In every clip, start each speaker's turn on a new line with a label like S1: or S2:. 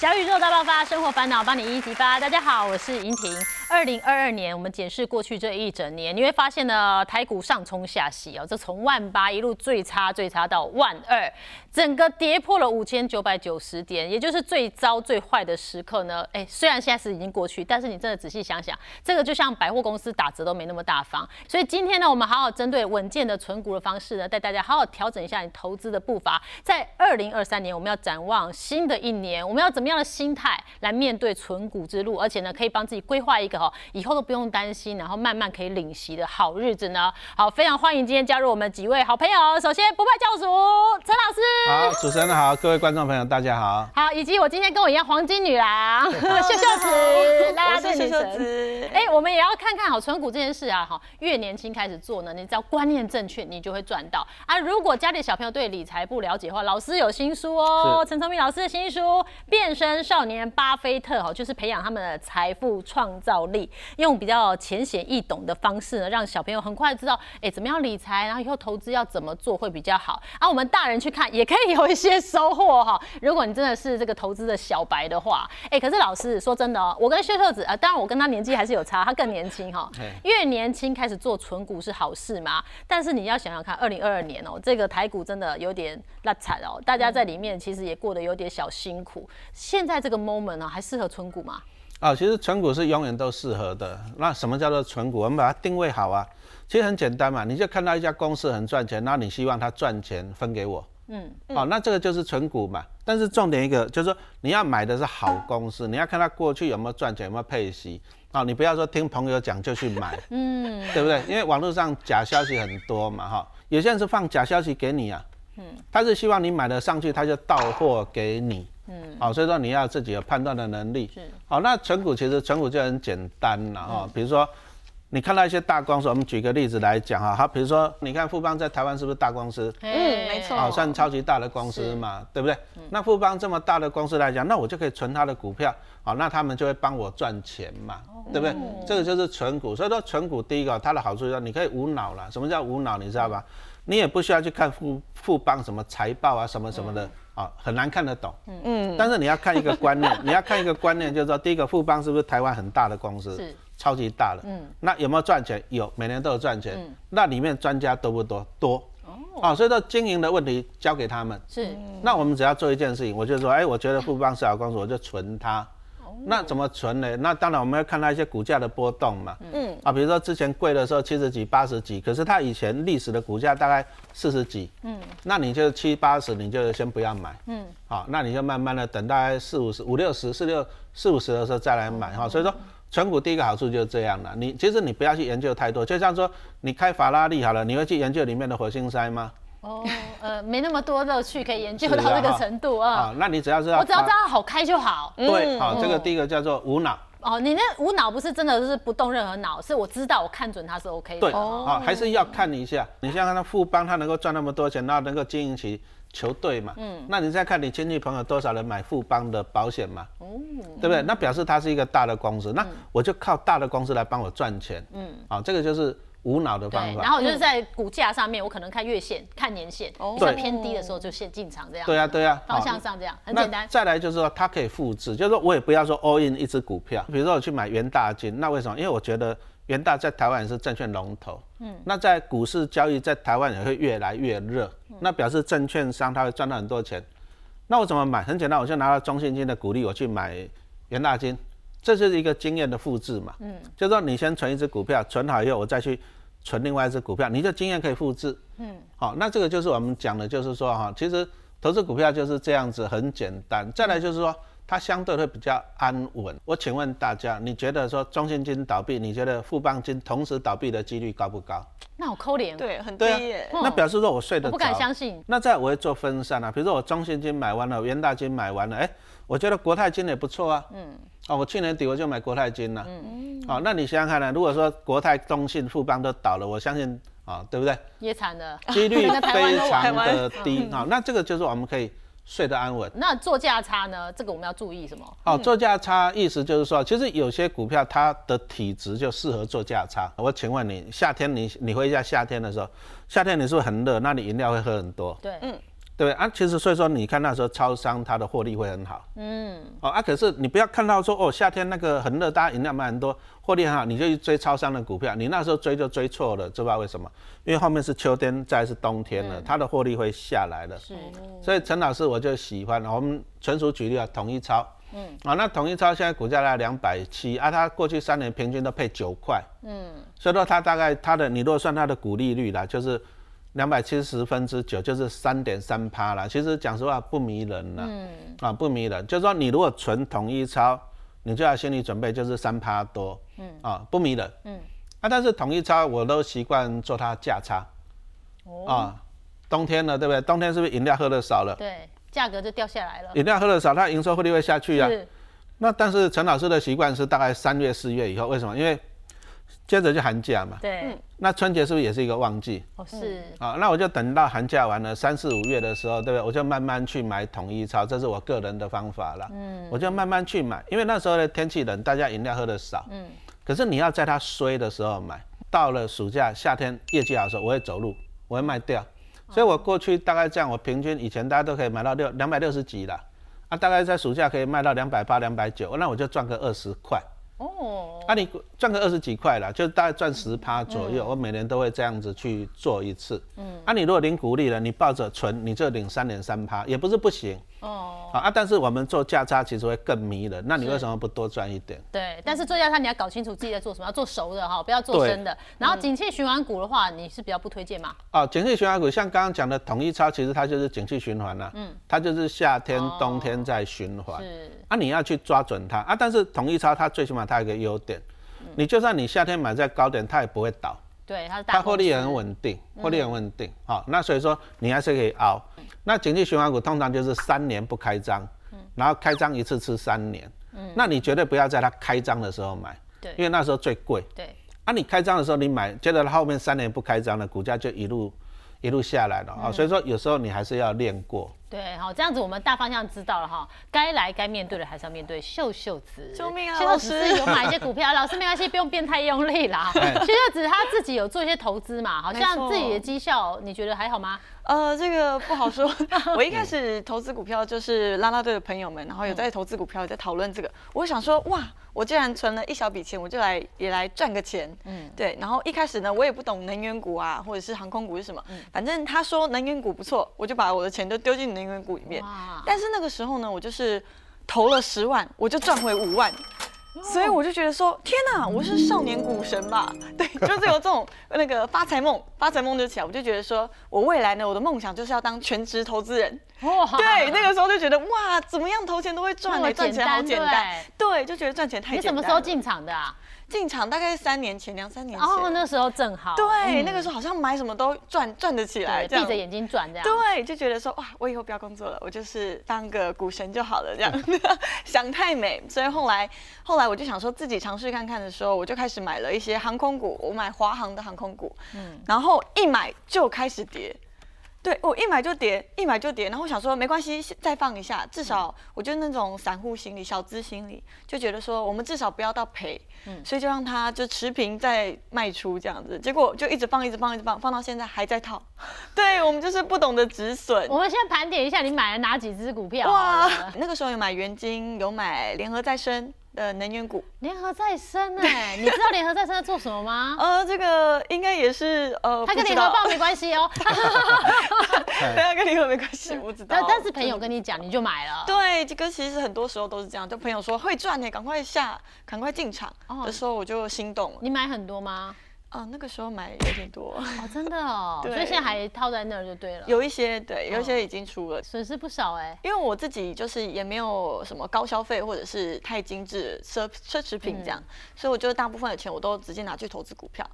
S1: 小宇宙大爆发，生活烦恼帮你一一激发。大家好，我是莹婷。二零二二年，我们检视过去这一整年，你会发现呢，台股上冲下洗哦，这从万八一路最差最差到万二，整个跌破了五千九百九十点，也就是最糟最坏的时刻呢。哎，虽然现在是已经过去，但是你真的仔细想想，这个就像百货公司打折都没那么大方。所以今天呢，我们好好针对稳健的存股的方式呢，带大家好好调整一下你投资的步伐。在二零二三年，我们要展望新的一年，我们要怎么样的心态来面对存股之路？而且呢，可以帮自己规划一个哦，以后都不用担心，然后慢慢可以领息的好日子呢。好，非常欢迎今天加入我们几位好朋友。首先，不败教主陈老师，
S2: 好，主持人好，各位观众朋友，大家好。
S1: 好，以及我今天跟我一样黄金女郎 秀秀子，大家
S3: 我
S1: 对
S3: 是秀
S1: 女
S3: 秀
S1: 神。
S3: 子。
S1: 哎、我们也要看看好存股这件事啊，哈，越年轻开始做呢，你只要观念正确，你就会赚到啊。如果家里小朋友对理财不了解的话，老师有新书哦，
S2: 是
S1: 陈聪明老师的新书《变身少年巴菲特》哈，就是培养他们的财富创造力，用比较浅显易懂的方式呢，让小朋友很快知道，哎、怎么样理财，然后以后投资要怎么做会比较好。啊，我们大人去看也可以有一些收获哈。如果你真的是这个投资的小白的话，哎、可是老师说真的哦，我跟秀秀子啊，当然我跟他年纪还是有差，他更年轻哈
S2: 对。
S1: 越年轻开始做存股是好事嘛，但是你要想想看，二零二二年哦，这个台股真的有点拉惨哦，大家在里面其实也过得有点小辛苦。现在这个 moment 哦呢、还适合存股吗？
S2: 哦，其实存股是永远都适合的。那什么叫做存股？我们把它定位好啊。其实很简单嘛，你就看到一家公司很赚钱，那你希望它赚钱分给我，嗯，哦，那这个就是存股嘛。但是重点一个就是说，你要买的是好公司，你要看它过去有没有赚钱，有没有配息。哦，你不要说听朋友讲就去买， 嗯，对不对？因为网络上假消息很多嘛，哈、有些人是放假消息给你啊，嗯，他是希望你买了上去，他就到货给你，嗯，好、所以说你要自己有判断的能力，好、那存股其实存股就很简单了哈、比如说你看到一些大公司，我们举个例子来讲哈，它比如说你看富邦在台湾是不是大公司？
S1: 嘿
S3: 没错
S2: 啊、算超级大的公司嘛，对不对？那富邦这么大的公司来讲，那我就可以存它的股票，好、那他们就会帮我赚钱嘛，对不对？这个就是存股，所以说存股第一个它的好处就是你可以无脑了。什么叫无脑？你知道吧？你也不需要去看富富邦什么财报啊，什么什么的。啊、很难看得懂，嗯，但是你要看一个观念，你要看一个观念，就是说，第一个富邦是不是台湾很大的公司？
S1: 是
S2: 超级大了。嗯，那有没有赚钱？有，每年都有赚钱。那里面专家多不多？多。哦，所以说经营的问题交给他们。
S1: 是
S2: 那我们只要做一件事情，我就说，哎，我觉得富邦是好公司，我就存它。
S1: 哦
S2: 那怎么存呢？那当然我们要看它一些股价的波动嘛。嗯。啊，比如说之前贵的时候七十几、八十几，可是它以前历史的股价大概四十几。嗯。那你就七八十，你就先不要买。嗯。好，那你就慢慢的等大概四五十、五六十、四六四五十的时候再来
S1: 嗯
S2: 买哈。所以说。存股第一个好处就是这样了，你其实你不要去研究太多，就像说你开法拉利好了，你会去研究里面的火星塞吗？
S1: 哦，呃，没那么多乐趣可以研究
S2: 是
S1: 到这个
S2: 啊
S1: 程度啊。
S2: 啊，那你只要知道，
S1: 我只要知道好开就好。
S2: 对，好，这个
S1: 嗯
S2: 第一个叫做无脑，
S1: 哦，你那无脑不是真的就是不动任何脑，是我知道我看准它是 OK 的。
S2: 对，啊，还是要看一下。你像看他富邦，他能够赚那么多钱，那能够经营起球队嘛，嗯，那你再看你亲戚朋友多少人买富邦的保险嘛，
S1: 哦
S2: 对不对？那表示它是一个大的公
S1: 嗯
S2: 司，那我就靠大的公司来帮我赚钱，嗯，好，这个就是无脑的方
S1: 对，
S2: 法
S1: 然。后我就是在股价上面，我可能看月线、看年线，比较
S2: 对
S1: 偏低的时候就先进场这样。
S2: 对啊，对啊，
S1: 方
S2: 好
S1: 向上这样很
S2: 那
S1: 简单。
S2: 再来就是说，它可以复制，就是说我也不要说 all in 一只股票，比如说我去买元大金，那为什么？因为我觉得元大在台湾也是证券龙头，嗯，那在股市交易在台湾也会越来越热，
S1: 嗯
S2: 那表示证券商他会赚到很多钱。那我怎么买？很简单，我就拿到中信金的股利，我去买元大金，这就是一个经验的复制嘛，嗯，就是说你先存一只股票，存好以后我再去存另外一只股票，你的经验可以复制，嗯，好，那这个就是我们讲的，就是说哈，其实投资股票就是这样子，很简单。再来就是说，它相对会比较安稳。我请问大家，你觉得说中信金倒闭，你觉得富邦金同时倒闭的几率高不高？
S1: 那我抠脸，
S3: 对，很低
S2: 对啊
S3: 耶。
S1: 嗯
S2: 那表示说我睡得
S1: 我不
S2: 着。
S1: 敢相信。
S2: 那再我会做分散啊，比如说我中信金买完了，元大金买完了，哎、我觉得国泰金也不错啊。嗯。哦，我去年底我就买国泰金了。嗯。好、那你想想看呢、如果说国泰、中信、富邦都倒了，我相信啊、对不对？
S1: 也惨了。
S2: 几率
S1: 那台湾嗯
S2: 非
S1: 都
S2: 常的低啊、那这个就是我们可以睡得安稳。
S1: 那做价差呢？这个我们要注意什么？
S2: 哦，做价差意思就是说，其实有些股票它的体质就适合做价差。我请问你，夏天你你回家夏天的时候，夏天你是不是很热？那你饮料会喝很多？
S1: 对，嗯，
S2: 对不对啊？其实所以说，你看那时候超商它的获利会很好，嗯，哦啊，可是你不要看到说哦，夏天那个很热，大家饮料买很多，获利很好，你就去追超商的股票，你那时候追就追错了，知不知道为什么？因为后面是秋天，再是冬天
S1: 嗯
S2: 了，它的获利会下来了。
S1: 是
S2: 所以陈老师我就喜欢，我们纯属举例啊，统一超，嗯，啊，那统一超现在股价大概两百七啊，它过去三年平均都配九块，嗯，所以说它大概它的你如果算它的股利率啦，就是两百七十分之九，就是三点三趴啦。其实讲实话不迷人啦，嗯，啊不迷人，就是说你如果纯统一超，你就要心理准备就是三趴多，嗯，啊不迷人，嗯，啊但是统一超我都习惯做它价差，
S1: 哦
S2: 啊，冬天了对不对？冬天是不是饮料喝的少了？
S1: 对，价格就掉下来了。
S2: 饮料喝的少，它营收获利会下去啊。
S1: 是
S2: 那但是陈老师的习惯是大概三月、四月以后，为什么？因为接着就寒假嘛，
S1: 对，
S2: 那春节是不是也是一个旺季
S1: 哦是，
S2: 啊？那我就等到寒假完了，三四五月的时候，对不对？我就慢慢去买统一超，这是我个人的方法啦。嗯，我就慢慢去买，因为那时候的天气冷，大家饮料喝的少。嗯，可是你要在它衰的时候买，到了暑假、夏天业绩好的时候，我会走路，我会卖掉。所以我过去大概这样，我平均以前大家都可以买到六两百六十几啦，啊，大概在暑假可以卖到两百八、两百九，那我就赚个二十块。
S1: 哦，
S2: 啊，你赚个二十几块啦，就大概赚十趴左右、我每年都会这样子去做一次。嗯，啊，你如果领股利了，你抱着存，你就领三点三趴，也不是不行。
S1: 哦，
S2: 啊啊，但是我们做价差其实会更迷人，那你为什么不多赚一点？
S1: 对，但是做价差你要搞清楚自己在做什么，要做熟的哈，不要做生的。然
S2: 嗯
S1: 后景气循环股的话，你是比较不推荐嘛？
S2: 哦，景气循环股像刚刚讲的统一超，其实它就是景气循环啦、嗯，它就是夏天、冬天在循环。
S1: 是，
S2: 啊，你要去抓准它啊，但是统一超它最起码它有个优点，你就算你夏天买在高点，它也不会倒。
S1: 对，它是大
S2: 它获利也
S1: 公司嗯
S2: 很稳定，获利很稳定。好、那所以说你还是可以熬。那景气循环股通常就是三年不开张，
S1: 嗯
S2: 然后开张一次吃三年。那你绝对不要在它开张的时候买，
S1: 对
S2: 因为那时候最贵。
S1: 对，
S2: 啊，你开张的时候你买，接着它后面三年不开张了，股价就一路一路下来
S1: 嗯
S2: 了啊、所以说有时候你还是要练过。
S1: 对，好，这样子我们大方向知道了哈，该来该面对的还是要面对。秀秀子，
S3: 救命啊
S1: 秀秀子
S3: 老师哎
S1: 自己有买一些股票， 老师没关系，不用变太用力啦。 秀秀子她自己有做一些投资嘛，好
S3: 没
S1: 像
S3: 错
S1: 自己的绩效，你觉得还好吗？
S3: 呃，这个不好 说。我一开始投资股票就是拉拉队的朋友们，然后有在投资股票，有在讨论这个。我想说，哇，我既然存了一小笔钱，我就来也来赚个钱。嗯，对。然后一开始呢，我也不懂能源股啊，或者是航空股是什么，反正他说能源股不错，我就把我的钱都丢进能源股里面
S1: 哇。
S3: 但是那个时候呢，我就是投了十万，我就赚回五万。所以
S1: 哦
S3: 我就觉得说，天哪，我是少年股神吧？ 对，就是有这种那个发财梦，发财梦就起来。我就觉得说，我未来呢，我的梦想就是要当全职投资人。
S1: 哇，
S3: 对，那个时候就觉得哇，怎么样投钱都会赚
S1: 啊那么
S3: 欸，赚钱好
S1: 简
S3: 简
S1: 单
S3: 单。对，就觉得赚钱
S1: 你
S3: 太简
S1: 什么
S3: 单了。
S1: 时候进场的 啊？
S3: 进场？大概三年前，两三年前。
S1: 哦，那时候正好，
S3: 对，
S1: 嗯
S3: 那个时候好像买什么都赚赚得起来，
S1: 对
S3: 这样
S1: 闭着眼睛转这样。
S3: 对，就觉得说哇，我以后不要工作了，我就是当个股神就好了，这样
S1: 嗯
S3: 想太美。所以后来，后来我就想说自己尝试看看的时候，我就开始买了一些航空股，我买华航的航空股，嗯，然后一买就开始跌。对我一买就跌，一买就跌，然后我想说没关系，再放一下，至少
S1: 嗯
S3: 我就那种散户心理、小资心理，就觉得说我们至少不要到赔，
S1: 嗯
S3: 所以就让它就持平再卖出这样子，结果就一直放，一直放，一直放，放到现在还在套， 对我们就是不懂得止损。
S1: 我们先盘点一下你买了哪几只股票。哇
S3: 哇，，那个时候有买元金，有买联合再生的能源股，
S1: 联合再生 哎，你知道联合再生在做什么吗？
S3: 呃，这个应该也是呃，
S1: 啊它跟
S3: 不
S1: 联
S3: 知
S1: 合
S3: 道
S1: 报没关系哦，
S3: 对啊，跟联合没关系，我知道
S1: 但。但是朋友跟你讲你就买了。
S3: 对，这个其实很多时候都是这样，就朋友说会赚呢，赶快下，赶快进场
S1: 哦嗯
S3: 的时候，我就心动了。
S1: 你买很多吗？
S3: 啊，那个时候买有点多，
S1: 哦，真的哦，所
S3: 对
S1: 以现在还套在那儿就对了，
S3: 有一些对，有一些已经出了。
S1: 损失不少哎。
S3: 因为我自己就是也没有什么高消费或者是太精致奢奢侈品这样，
S1: 嗯
S3: 所以我就大部分的钱我都直接拿去投资股票，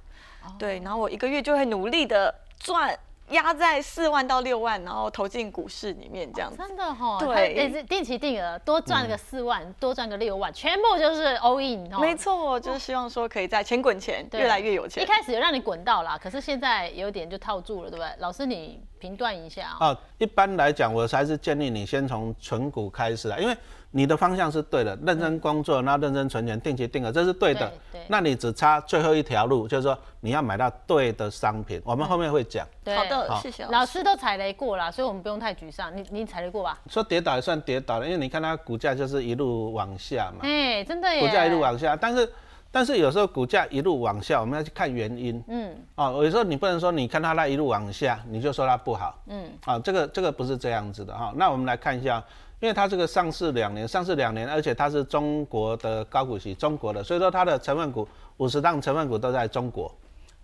S1: 哦
S3: 对，然后我一个月就会努力的赚，压在四万到六万，然后投进股市里面这样子。
S1: 真的哈、哦，
S3: 对
S1: 它也是定期定额，多赚个四万，多赚个六万，全部就是 all in 哦。
S3: 没错，就是希望说可以在钱滚钱，
S1: 对
S3: 越来越有钱
S1: 一。开始有让你滚到啦，可是现在有点就套住了，对不对？老师，
S2: 啊
S1: 你评断一下、哦。
S2: 哦，一般来讲，我还是建议你先从存股开始啊，因为你的方向是对的，认真工作，然后认真存钱，定期定额，这是对的。
S1: 嗯对对
S2: 那你只差最后一条路，就是说你要买到对的商品。我们
S1: 嗯
S2: 后面会讲，
S1: 对
S3: 好的，谢谢老
S1: 老
S3: 师。
S1: 师都踩雷过啦，所以我们不用太沮丧。你你踩雷过吧？
S2: 说跌倒也算跌倒了，因为你看它股价就是一路往下嘛，
S1: 哎，真的耶，
S2: 股价一路啊往下，但是但是有时候股价一路往下，我们要去看原因。
S1: 嗯，
S2: 哦，有时候你不能说你看它那一路往下，你就说它不好。嗯，啊、这个这个不是这样子的哈、那我们来看一下，因为它这个上市两年，上市两年，而且它是中国的高股息，中国的，所以说它的成分股五十档成分股都在中国。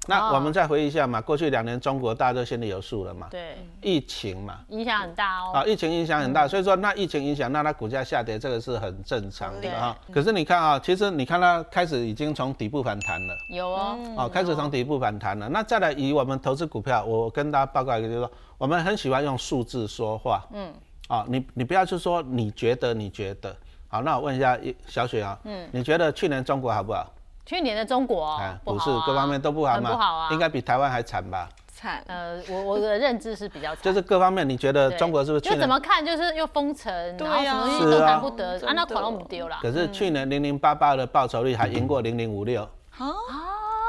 S2: 那我们再回忆一下嘛，过去两年中国大家都心里有数了嘛，
S1: 对，
S2: 疫情嘛，
S1: 影响很大哦。
S2: 啊，疫情影响很大，所以说那疫情影响，那它股价下跌，这个是很正常的哈。可是你看啊，其实你看它开始已经从底部反弹了。
S1: 有哦，
S2: 哦，开始从底部反弹了。那再来以我们投资股票，我跟大家报告一个，就是说我们很喜欢用数字说话。嗯。哦，你你不要去说你觉得你觉得。好，那我问一下一小雪啊，嗯，你觉得去年中国好不好？
S1: 去年的中国
S2: 哎股
S1: 不
S2: 市
S1: 好啊
S2: 各方面都不好
S1: 很
S2: 嘛，
S1: 不好啊。
S2: 应该比台湾还惨吧？
S3: 惨，
S1: 呃，我我的认知是比较
S2: 就
S1: 惨。
S2: 是各方面，你觉得
S1: 对
S2: 中国是不是去
S1: 就怎
S2: 年？
S1: 么看，就是又封城，
S3: 对
S1: 然
S3: 啊
S1: 后什么东西
S2: 是
S1: 都
S2: 啊
S1: 谈不得，
S3: 真
S1: 啊，那
S3: 的
S1: 恐龙不丢啦。
S2: 可是去年零零八八的报酬率还赢过零零五六，
S3: 哦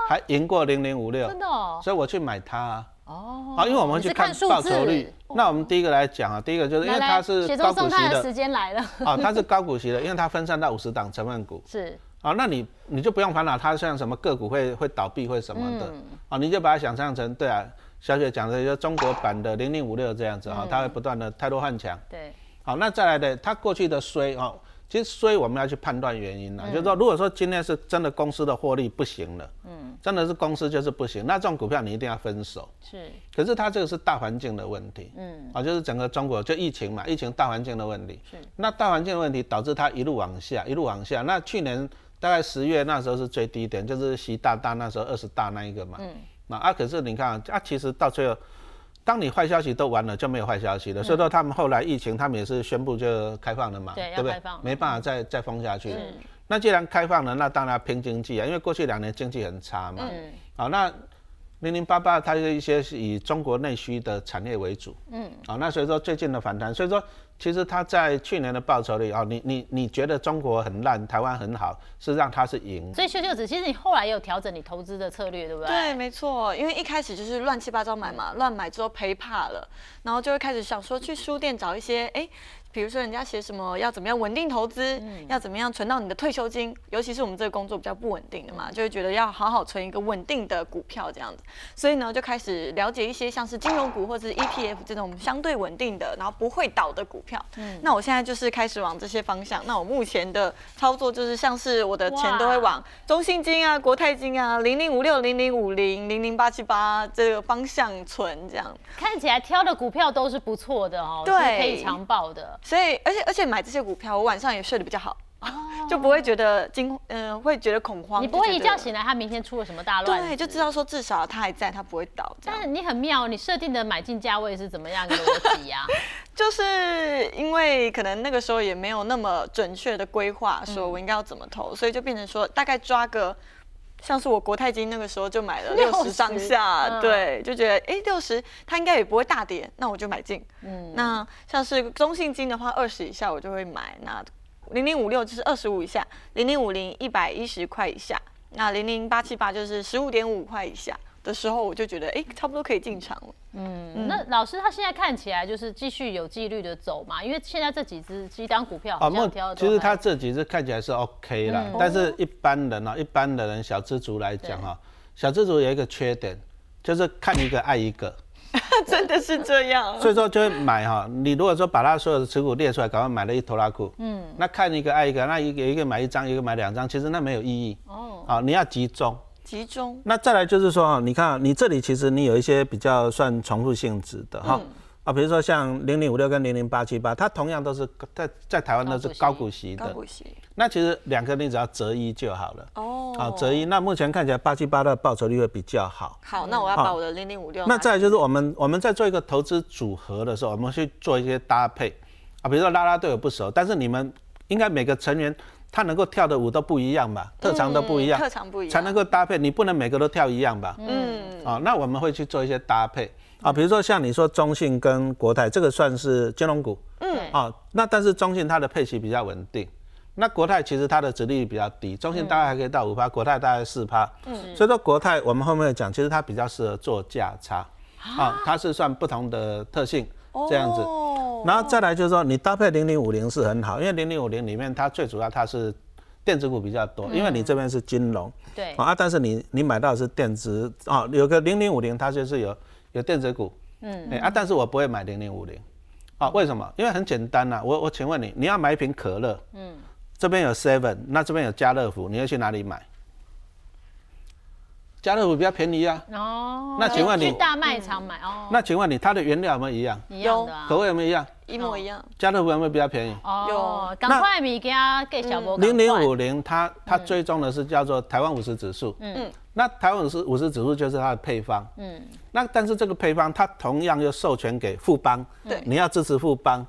S2: 还赢过零零五六
S1: 哦真，的哦，
S2: 所以我去买它啊。
S1: 哦，
S2: 好，因为我们
S1: 你
S2: 去
S1: 是
S2: 看
S1: 看数
S2: 报
S1: 字
S2: 酬率。那我们第一个来讲啊，第一个就是因为
S1: 来来
S2: 它是
S1: 雪
S2: 高
S1: 中送
S2: 股息
S1: 炭
S2: 的
S1: 的时间来了，
S2: 啊，它是高股息的，因为它分散到五十档成分股
S1: 是
S2: 啊，那你你就不用烦恼它像什么个股会会倒闭会什么
S1: 嗯
S2: 的啊，你就把它想象成对啊，小雪讲的就是中国版的零零五六这样子
S1: 嗯
S2: 啊，它会不断的太多换强。
S1: 对，
S2: 好，那再来的它过去的衰啊，其实衰我们要去判断原因了，就是说如果说今天是真的公司的获利不行了，嗯，真的是公司就是不行，那这种股票你一定要分手。
S1: 是
S2: 可是它这个是大环境的问题，
S1: 嗯
S2: 嗯，啊，就是整个中国就疫情嘛，疫情大环境的问题。
S1: 是
S2: 那大环境的问题导致它一路往下，一路往下。那去年大概十月那时候是最低点，就是习大大那时候二十大那一个嘛，嗯，那啊，可是你看啊啊，其实到最后。当你坏消息都完了，就没有坏消息了。所以说，他们后来疫情，他们也是宣布就开放了嘛，
S1: 嗯对要
S2: 不对
S1: 开放？嗯
S2: 没办法再再封下去。那既然开放了，那当然要拼经济啊，因为过去两年经济很差嘛。
S1: 嗯
S2: 好，那零零八八它是一些是以中国内需的产业为主，嗯，好、那所以说最近的反弹，所以说其实它在去年的报酬率啊、哦，你你你觉得中国很烂，台湾很好，事实上它是赢，
S1: 所以秀秀子，其实你后来也有调整你投资的策略，对不对？
S3: 对，没错，因为一开始就是乱七八糟买嘛，乱买之后赔怕了，然后就会开始想说去书店找一些，哎，比如说人家写什么要怎么样稳定投资，要怎么样存到你的退休金，尤其是我们这个工作比较不稳定的嘛，就会觉得要好好存一个稳定的股票这样子，所以呢就开始了解一些像是金融股或者是 ETF 这种相对稳定的，然后不会倒的股票。那我现在就是开始往这些方向，那我目前的操作就是像是我的钱都会往。中信金啊、国泰金啊、零零五六、零零五零、零零八七八这个方向存这样。
S1: 看起来挑的股票都是不错的哦，
S3: 对
S1: 是可以长报的。
S3: 所以，而且而且买这些股票，我晚上也睡得比较好， 就不会觉得惊，嗯、会觉得恐慌。
S1: 你不会
S3: 就
S1: 一
S3: 觉得
S1: 觉醒来，它明天出了什么大乱子？
S3: 对，就知道说至少它还在，它不会倒这
S1: 但是
S3: 样。
S1: 你很妙，你设定的买进价位是怎么样一个逻辑啊呀？
S3: 就是因为可能那个时候也没有那么准确的规划，说我应该要怎么投，所以就变成说大概抓个。像是我国泰金那个时候就买了 六十
S1: 60
S3: 上下，
S1: 嗯
S3: 对，就觉得哎六十它应该也不会大跌，那我就买进。
S1: 嗯，
S3: 那像是中信金的话，二十以下我就会买。那零零五六就是二十五以下，零零五零一百一十块以下，那零零八七八就是十五点五块以下的时候，我就觉得哎、诶差不多可以进场了。
S1: 嗯那老师他现在看起来就是继续有纪律的走嘛，因为现在这几只几档股票好像挑的
S2: 哦其实它这几只看起来是 OK 啦，
S1: 哦
S2: 但是一般人啊，一般的人小资族来讲啊，小资族有一个缺点，就是看一个爱一个。
S3: 真的是这样，
S2: 所以说就会买哈。你如果说把它所有的持股列出来，赶快买了一头拉股，嗯，那看一个爱一个，那一个一个买一张，一个买两张，其实那没有意义
S1: 哦
S2: 哦。啊，你要集中。
S3: 集中
S2: 那再来就是说哈，你看啊你这里其实你有一些比较算重复性质的哈。啊，比如说像零零五六跟零零八七八，它同样都是在在台湾都是
S1: 高
S2: 高
S1: 股
S2: 股息
S3: 高
S2: 的。
S3: 股息
S2: 那其实两个你只要择一就好了。
S3: 哦
S2: 啊，择一。那目前看起来八七八的报酬率会比较好。
S3: 好，那我要把我的零零五六
S2: 那再来就是我们我们在做一个投资组合的时候，我们去做一些搭配啊，比如说啦啦队我不熟，但是你们应该每个成员他能够跳的舞都不一样吧，特长都不一样，
S3: 嗯特长不一样
S2: 才能够搭配，你不能每个都跳一样吧？
S3: 嗯
S2: 啊，那我们会去做一些搭配。啊，比如说像你说中信跟国泰，这个算是金融股
S1: 嗯，
S2: 啊。那但是中信它的配息比较稳定，那国泰其实它的殖利率比较低，中信大概还可以到五趴，国泰大概四趴。嗯，所以说国泰我们后面有讲，其实它比较适合做价差啊，它是算不同的特性这样子。
S3: 哦
S2: 然后再来就是说，你搭配零零五零是很好，因为零零五零里面它最主要它是电子股比较多，因为你这边是金融
S1: 对，
S2: 啊，但是你你买到的是电子啊，有个零零五零它就是有有电子股，嗯，哎啊，但是我不会买零零五零，啊，为什么？因为很简单呐、我我请问你，你要买一瓶可乐，嗯，这边有 Seven，那这边有家乐福，你会去哪里买？家乐福比较便宜啊，
S1: 哦，
S2: 那请问你
S1: 去大卖场买哦，
S2: 那请问你它的原料有没有一样？
S3: 嗯
S1: 一样的啊
S2: 口，味有没有一样？
S3: 一模一样。
S2: 家乐福有没有比较便宜？
S1: 哦
S3: 有，
S1: 赶快米给他给小波，
S2: 嗯零零五零，它它追踪的是叫做台湾五十指数。嗯，那台湾五十五十指数就是它的配方。嗯，那但是这个配方它同样又授权给富邦，
S3: 对
S2: 你要支持 富邦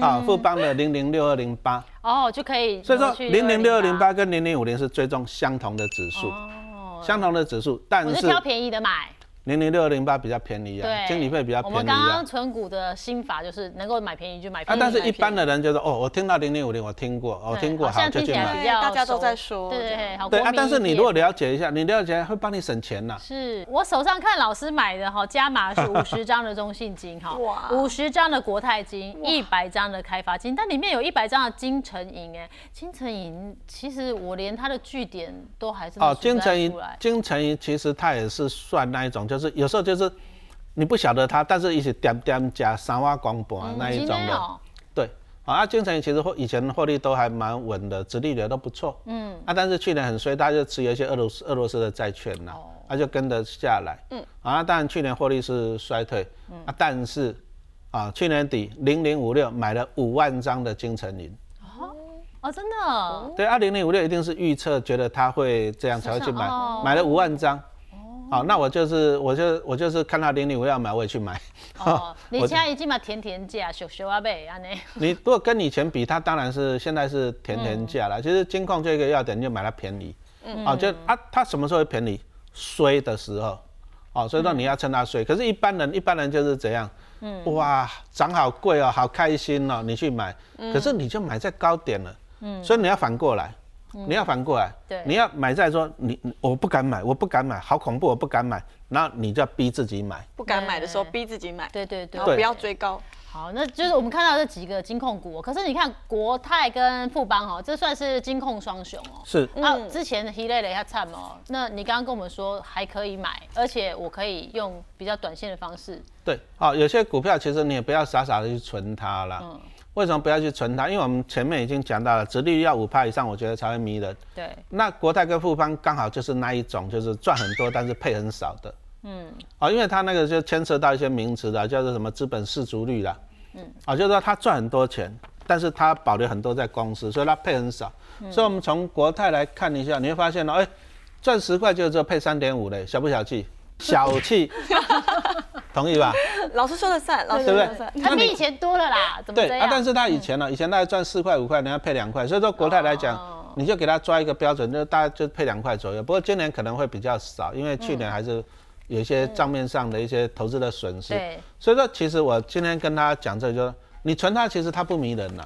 S2: 啊，富邦的零零六二零八，
S1: 哦就可以，
S2: 所以说零零六二零八，跟零零五零是追踪相同的指数，
S1: 哦，
S2: 相同的指数，但
S1: 我是
S2: 是
S1: 挑便宜的买。
S2: 零零六二零八比较便宜啊，
S1: 对，
S2: 经理费比较
S1: 我
S2: 便
S1: 们
S2: 宜
S1: 刚
S2: 啊
S1: 刚。存股的心法就是能够买便宜就买
S2: 啊
S1: 便，宜。
S2: 但是一
S1: 买便
S2: 般的人就说，哦，我听到零零五零，我听过，我
S1: 宜
S2: 听过，
S1: 好
S2: 好
S1: 像
S2: 就
S1: 听起
S2: 去
S1: 来
S2: 买。
S1: 比较
S3: 对大家都
S1: 熟
S3: 在说
S1: 对对
S3: 这
S1: 对，
S3: 样
S1: 好
S2: 对
S1: 国
S2: 啊，
S1: 民
S2: 但是
S1: 意
S2: 你
S1: 见
S2: 如果了解一下，你了解会帮你省钱呐、
S1: 是我手上看老师买的哈，加码是五十张的中信金哈，
S3: 哇
S1: 五十张的国泰金，一百张的开发金，但里面有一百张的金城银哎，金城银其实我连它的据点都还是
S2: 哦，
S1: 数不
S2: 金城
S1: 太
S2: 银
S1: 嗯出来，
S2: 金城银其实它也是算那一种，就是有时候就是你不晓得它，但是一起点点加三万光博那一种
S1: 真
S2: 的，
S1: 哦
S2: 对。啊，啊金城银其实获以前获利都还蛮稳的，殖利率都不错。嗯。啊，但是去年很衰，它就持有一些俄罗斯俄罗斯的债券呐、
S1: 哦
S2: 它、就跟得下来。嗯。啊，当然去年获利是衰退，
S1: 嗯
S2: 啊，但是啊，去年底零零五六买了五万张的金城银。
S1: 哦真的哦
S2: 对，二零零五六一定是预测，觉得他会这样才会去买，
S1: 哦
S2: 买了五万张。好、那我就是我就我就是看到零零五要买，我也去买。
S1: 哦，你
S2: 我
S1: 现在已经把甜甜价小小阿贝安呢，
S2: 你如果跟以前比，它当然是现在是甜甜价了。其实金控这个要点，你就买它便宜。嗯，哦，就啊，它什么时候会便宜？衰的时候，哦，所以说你要趁它衰。可是，一般人一般人就是怎样？嗯，哇，涨好贵哦，好开心哦，你去买，可是你就买在高点了。嗯，所以你要反过来，你要反过来，
S1: 对
S2: 你要买在说你你我不敢买，我不敢买，好恐怖，我不敢买，然后你就要逼自己买。
S3: 不敢买的时候
S1: 对
S3: 逼自己买，
S1: 对对对
S3: 然，后不要追高。
S1: 好，那就是我们看到这几个金控股哦，可是你看国泰跟富邦哦，这算是金控双雄哦。
S2: 是，
S1: 啊，
S3: 嗯
S1: 之前 h e 了一下菜哦，那你刚刚跟我们说还可以买，而且我可以用比较短线的方式，
S2: 对，好、有些股票其实你也不要傻傻的去存它啦。为什么不要去存它？因为我们前面已经讲到了，殖利率要五趴以上，我觉得才会迷人。
S1: 对，
S2: 那国泰跟富邦刚好就是那一种，就是赚很多但是配很少的。嗯，哦，因为它那个就牵涉到一些名词的，叫做什么资本市足率啦。嗯，哦，就是说它赚很多钱，但是它保留很多在公司，所以它配很少。所以我们从国泰来看一下，你会发现哦，哎、赚十块就只有配三点五嘞，小不小气？小 气，同意吧？
S3: 老师说了算，老师
S2: 对不
S3: 说了
S2: 对
S3: 算。？
S1: 它啊比以前多了啦，怎么这
S2: 对啊
S1: 样？嗯
S2: 但是他以前哦呢、以前大概赚四块五块，人家配两块，所以说国泰来讲，
S1: 哦
S2: 你就给他抓一个标准，就大概就配两块左右。不过今年可能会比较少，因为
S1: 嗯
S2: 去年还是有一些账面上的一些投资的损失。
S1: 对，
S2: 所以说，其实我今天跟他讲这个就是说你存它其实它不迷人呐、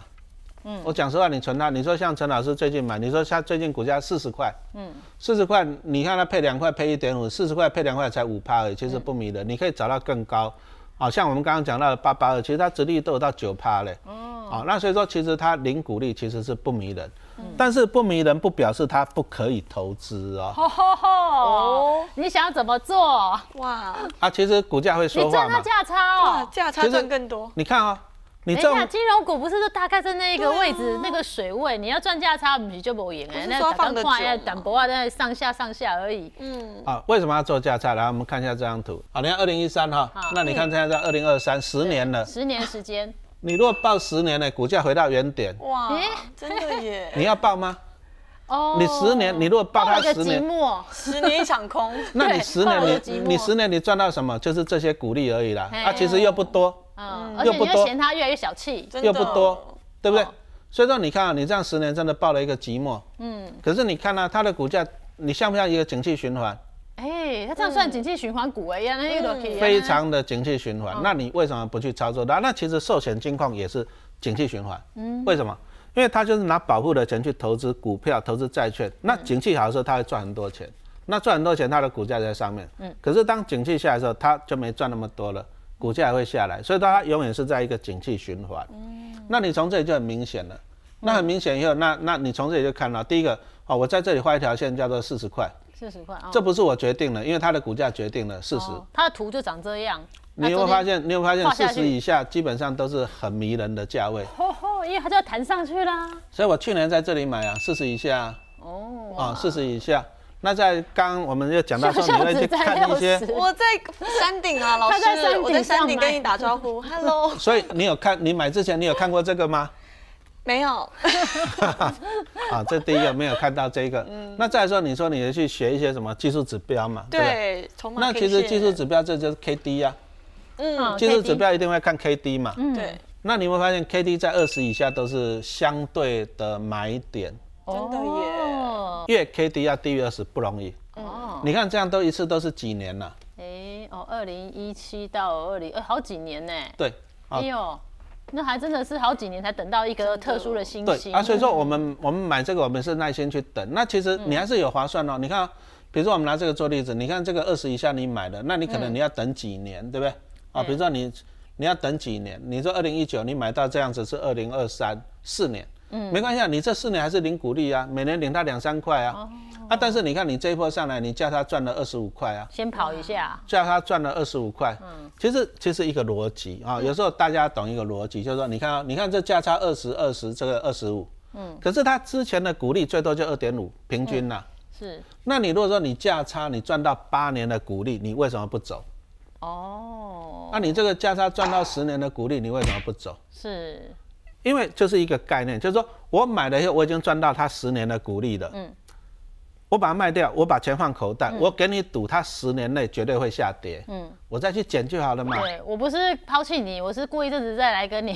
S2: 嗯，我讲实话，你存它，你说像陈老师最近买，你说他最近股价四十块，嗯，四十块，你看它配两块，配一点五，四十块配两块才五
S1: 嗯
S2: 趴而已，其实不迷人，你可以找到更高。好、像我们刚刚讲到的八八二，其实它殖利率都有到九趴嘞。哦，那所以说其实它零股利其实是不迷人，
S1: 嗯
S2: 但是不迷人不表示它不可以投资哦。
S1: 吼吼吼
S3: 哦，
S1: 你想要怎么做？
S3: 哇
S2: 啊，其实股价会
S1: 你
S2: 说话
S1: 赚
S2: 嘛
S1: 它。价差
S3: 哇，
S1: 哦。
S3: 价
S2: 其
S3: 差
S2: 实
S3: 赚更多。
S2: 你看哦，你
S1: 等一
S2: 这种
S1: 下，金融股不是就大概在那一个位置、那个水位，你要赚价差，不是就没赢
S3: 啊不
S1: 哎？
S3: 是
S1: 那
S3: 说放得久
S1: 要
S3: 吗
S1: 淡薄啊，在上下上下而已。
S3: 嗯，
S2: 啊，为什么要做价差？来，我们看一下这张图。好，你看二零一三哈
S1: 好，嗯
S2: 那你看现在在二零二三，十年了。
S1: 十年时间，
S2: 你如果报十年呢，股价回到原点，
S3: 哇
S1: 咦，
S3: 真的耶，
S2: 你要报吗？
S1: 哦
S2: 你十年，你如果报
S1: 到
S2: 它
S1: 了个
S2: 十
S1: 寂
S2: 年，
S1: 寞，啊
S3: 十年一场空。
S2: 那
S1: 对
S2: 你十
S1: 报了
S2: 年
S1: 个
S2: 你
S1: 寂寞
S2: 你十年你赚到什么？就是这些股利而已啦。
S1: 嘿
S2: 啊，其实又不多，
S1: 嗯，而且你
S2: 又不
S1: 会
S2: 多
S1: 嫌它越来越小气，
S3: 真的
S2: 又不多，对不对
S1: 哦？
S2: 所以说你看啊，你这样十年真的报了一个寂寞。嗯。可是你看啊，它的股价，你像不像一个景气循环？
S1: 哎，它这样
S3: 嗯
S1: 算景气循环股哎呀，那个
S2: 嗯非常的景气循环。那你为什么不去操作它？那其实寿险金矿也是景气循环，嗯，为什么？因为它就是拿保护的钱去投资股票、投资债券。那景气好的时候，它会赚很多钱，那赚很多钱，它的股价在上面，嗯。可是当景气下来的时候，它就没赚那么多了，股价也会下来，所以它永远是在一个景气循环。嗯，那你从这里就很明显了。那很明显以后，那那你从这里就看到，第一个哦，我在这里画一条线叫做四十块，
S1: 四十块啊，
S2: 这不是我决定的，因为它的股价决定了四十。
S1: 哦它的图就长这样。
S2: 你有没有发现？你有没有发
S1: 画
S2: 现
S1: 下去
S2: 四十以下基本上都是很迷人的价位，
S1: 吼吼，因为它就要弹上去啦。
S2: 所以我去年在这里买啊，四十以下
S1: 哦，
S2: 啊，四十以下。那在刚我们又讲到
S1: 小
S2: 说，你
S1: 巷
S2: 会
S1: 子
S2: 去
S1: 在
S2: 看一些，
S1: 60
S3: 我在山顶啊，老
S1: 他
S3: 师，
S1: 在山顶
S3: 我在山顶
S1: 上买
S3: 跟你打招呼，Hello，
S2: 所以你有看，你买之前你有看过这个吗？
S3: 没有，
S2: 啊，这第一个没有看到这个。
S1: 嗯
S2: 那再来说，你说你去学一些什么技术指标嘛，对不对？
S3: 对，筹码
S2: 那
S3: K
S2: 其实
S3: 线
S2: 技术，指标这就是 K D 呀，
S3: 嗯，
S1: 嗯
S2: 技术指标一定会看 K D 嘛。
S3: 对，
S2: 那你有没有发现 K D 在二十以下都是相对的买点，
S3: 真的耶嗯
S1: 哦
S2: 越 K D 要低于二十不容易。
S1: 哦，
S2: 你看这样都一次都是几年了、
S1: 哎哦，二零一七到二零，呃，好几年呢。
S2: 对，啊
S1: 哎，呦，那还真的是好几年才等到一个特殊的星
S2: 对
S1: 星。
S2: 啊，所以说我们我们买这个，我们是耐心去等。那其实你还是有划算哦。你看啊，比如说我们拿这个做例子，你看这个二十以下你买的，那你可能你要等几年，对不对？啊，比如说你你要等几年？你说二零一九你买到这样子是二零二三四年，嗯，没关系啊，你这四年还是领股利啊，每年领它两三块啊。啊，但是你看你这一波上来，你叫它赚了二十五块啊，
S1: 先跑一下，
S2: 叫他赚了二十五块。其实其实一个逻辑啊，有时候大家懂一个逻辑，就是说你看啊，你看这价差二十二十，这个二十五，嗯，可是他之前的股利最多就二点五，平均啦、
S1: 是
S2: 那你如果说你价差你赚到八年的股利，你为什么不走？
S1: 哦，
S2: 那、你这个价差赚到十年的股利，你为什么不走？
S1: 是
S2: 因为就是一个概念，就是说我买了以后，我已经赚到它十年的股利了，嗯，我把它卖掉，我把钱放口袋，我给你赌它十年内绝对会下跌，嗯，我再去捡就好了嘛，
S1: 对我不是抛弃你，我是过一阵子再来跟 你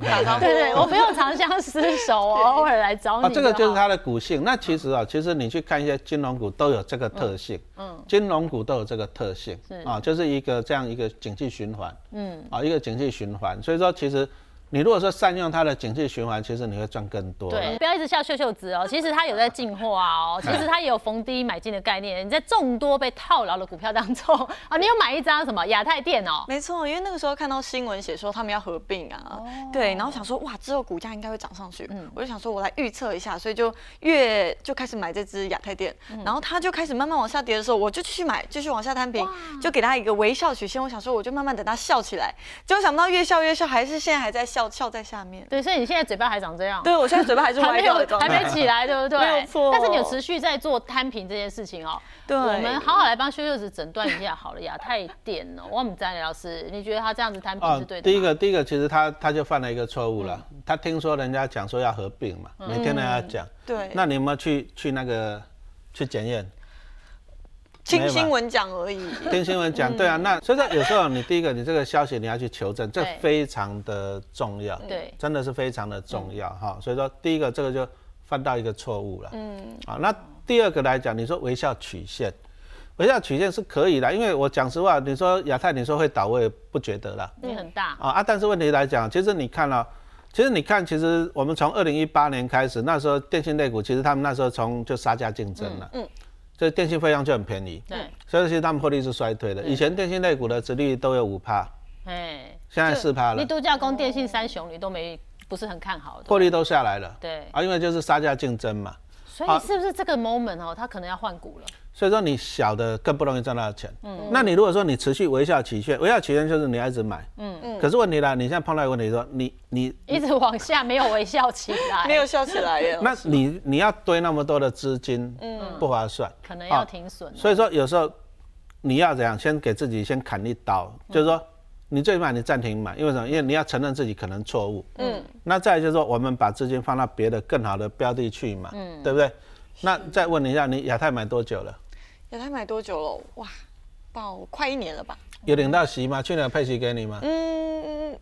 S3: 打招呼，
S1: 对对，我没有长相厮守哦，偶尔来找
S2: 啊，
S1: 你。
S2: 这个就是。它的股性。那其实啊、其实你去看一些金融股都有这个特性，嗯，金融股都有这个特性，啊，就是一个这样一个景气循环，嗯，啊，一个景气循环。所以说，其实你如果说善用它的景气循环，其实你会赚更多。
S1: 对，，不要一直笑秀秀子哦，其实他有在进化哦，其实他也有逢低买进的概念。你在众多被套牢的股票当中，哦，你有买一张什么亚太电哦，
S3: 没错，因为那个时候看到新闻写说他们要合并啊，
S2: 哦
S3: 对，然后想说哇，之后股价应该会涨上去，
S2: 嗯
S3: 我就想说我来预测一下，所以就越就开始买这只亚太电，
S2: 嗯
S3: 然后它就开始慢慢往下跌的时候，我就继续买，继续往下摊平，就给它一个微笑曲线，我想说我就慢慢等它笑起来，结果想不到越笑越笑，还是现在还在笑，笑在下面。
S1: 对，所以你现在嘴巴还长这样。
S3: 对，我现在嘴巴还是
S1: 还
S3: 歪
S1: 没
S3: 掉的
S1: 有
S3: 状
S1: 还
S3: 态
S1: 没。起来，对不对？
S3: 没有错
S1: 但是你有持续在做摊平这件事情哦。
S3: 对
S1: 我们好好来帮修秀子诊断一下好了。亚太电哦，我们张老师，你觉得他这样子摊平
S2: 啊
S1: 是对，的
S2: 第一
S1: 吗？
S2: 个，第一个，其实他他就犯了一个错误了。他听说人家讲说要合并嘛，每天都要讲。
S3: 嗯对，
S2: 那你有没有去去那个去检验？
S3: 听新闻讲而已。
S2: 听新闻讲，对啊，那所以说有时候你第一个，你这个消息你要去求证，这
S1: 对
S2: 非常的重要，
S1: 对
S2: 真的是非常的重要哈。所以说第一个这个就犯到一个错误了，嗯，啊，那第二个来讲，你说微笑曲线，微笑曲线是可以的，因为我讲实话，你说亚太你说会倒，我也不觉得啦，
S1: 你很大，
S2: 啊啊，但是问题来讲，其实你看了、啊其实你看，其实我们从二零一八年开始，那时候电信类股，其实他们那时候从就杀价竞争了，嗯，所以电信费用就很便宜，
S1: 对，
S2: 所以其实他们获利是衰退的。以前电信类股的殖利率都有五趴，
S1: 哎，
S2: 现在四趴
S1: 你
S2: 了，
S1: 度假宫、电信三雄，你都没不是很看好
S2: 获
S1: 的。
S2: 利都下来了。
S1: 对
S2: 啊，因为就是杀价竞争嘛，
S1: 所以是不是这个 moment 哦，他可能要换股了？
S2: 所以说你小的更不容易赚到钱。嗯，那你如果说你持续微笑期限，微笑期限就是你要一直买。嗯嗯。可是问题呢，你现在碰到一个问题说，你你
S1: 一直往下，没有微笑起来，
S3: 没有，笑起来哦耶，
S2: 那你你要堆那么多的资金，不划算。
S1: 嗯可能
S2: 啊
S1: 要停损了。
S2: 所以说有时候你要怎样，先给自己先砍一刀，
S1: 嗯
S2: 就是说你最起码你暂停买，因为什么？因为你要承认自己可能错误。嗯。那再来就是说，我们把资金放到别的更好的标的去嘛，
S1: 嗯
S2: 对不对？那再问你一下，你亚太买多久了？
S3: 也才买多久了？哇，爆快一年了吧？
S1: 嗯
S2: 有领到息吗？去年有配息给你吗？
S3: 嗯，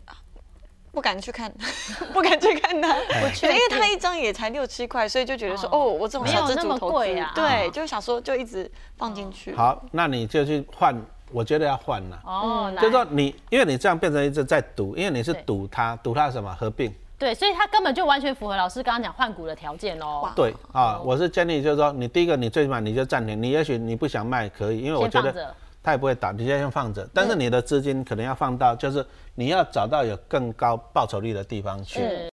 S3: 不敢去看， 不敢去看它，
S2: 哎
S3: 因为它一张也才六七块，所以就觉得说，哦，我这种
S1: 没有
S3: 小资
S1: 那
S3: 族
S1: 么
S3: 投
S1: 贵
S3: 资
S1: 啊，
S3: 对，就想说就一直放进去。
S2: 好，那你就去换，我觉得要换了、
S1: 哦，
S2: 嗯就是
S1: 来
S2: 说你，因为你这样变成一直在赌，因为你是
S1: 对
S2: 赌它，赌它什么合并？
S1: 对，所以它根本就完全符合老师刚刚讲换股的条件哦喽
S3: 哇。
S2: 对啊、我是建议就是说，你第一个你最起码你就暂停，你也许你不想卖可以，因为我
S1: 先
S2: 觉
S1: 放
S2: 得
S1: 着
S2: 它也不会倒，你先先放着。但是你的资金可能要放到，就是你要找到有更高报酬率的地方去。
S1: 是。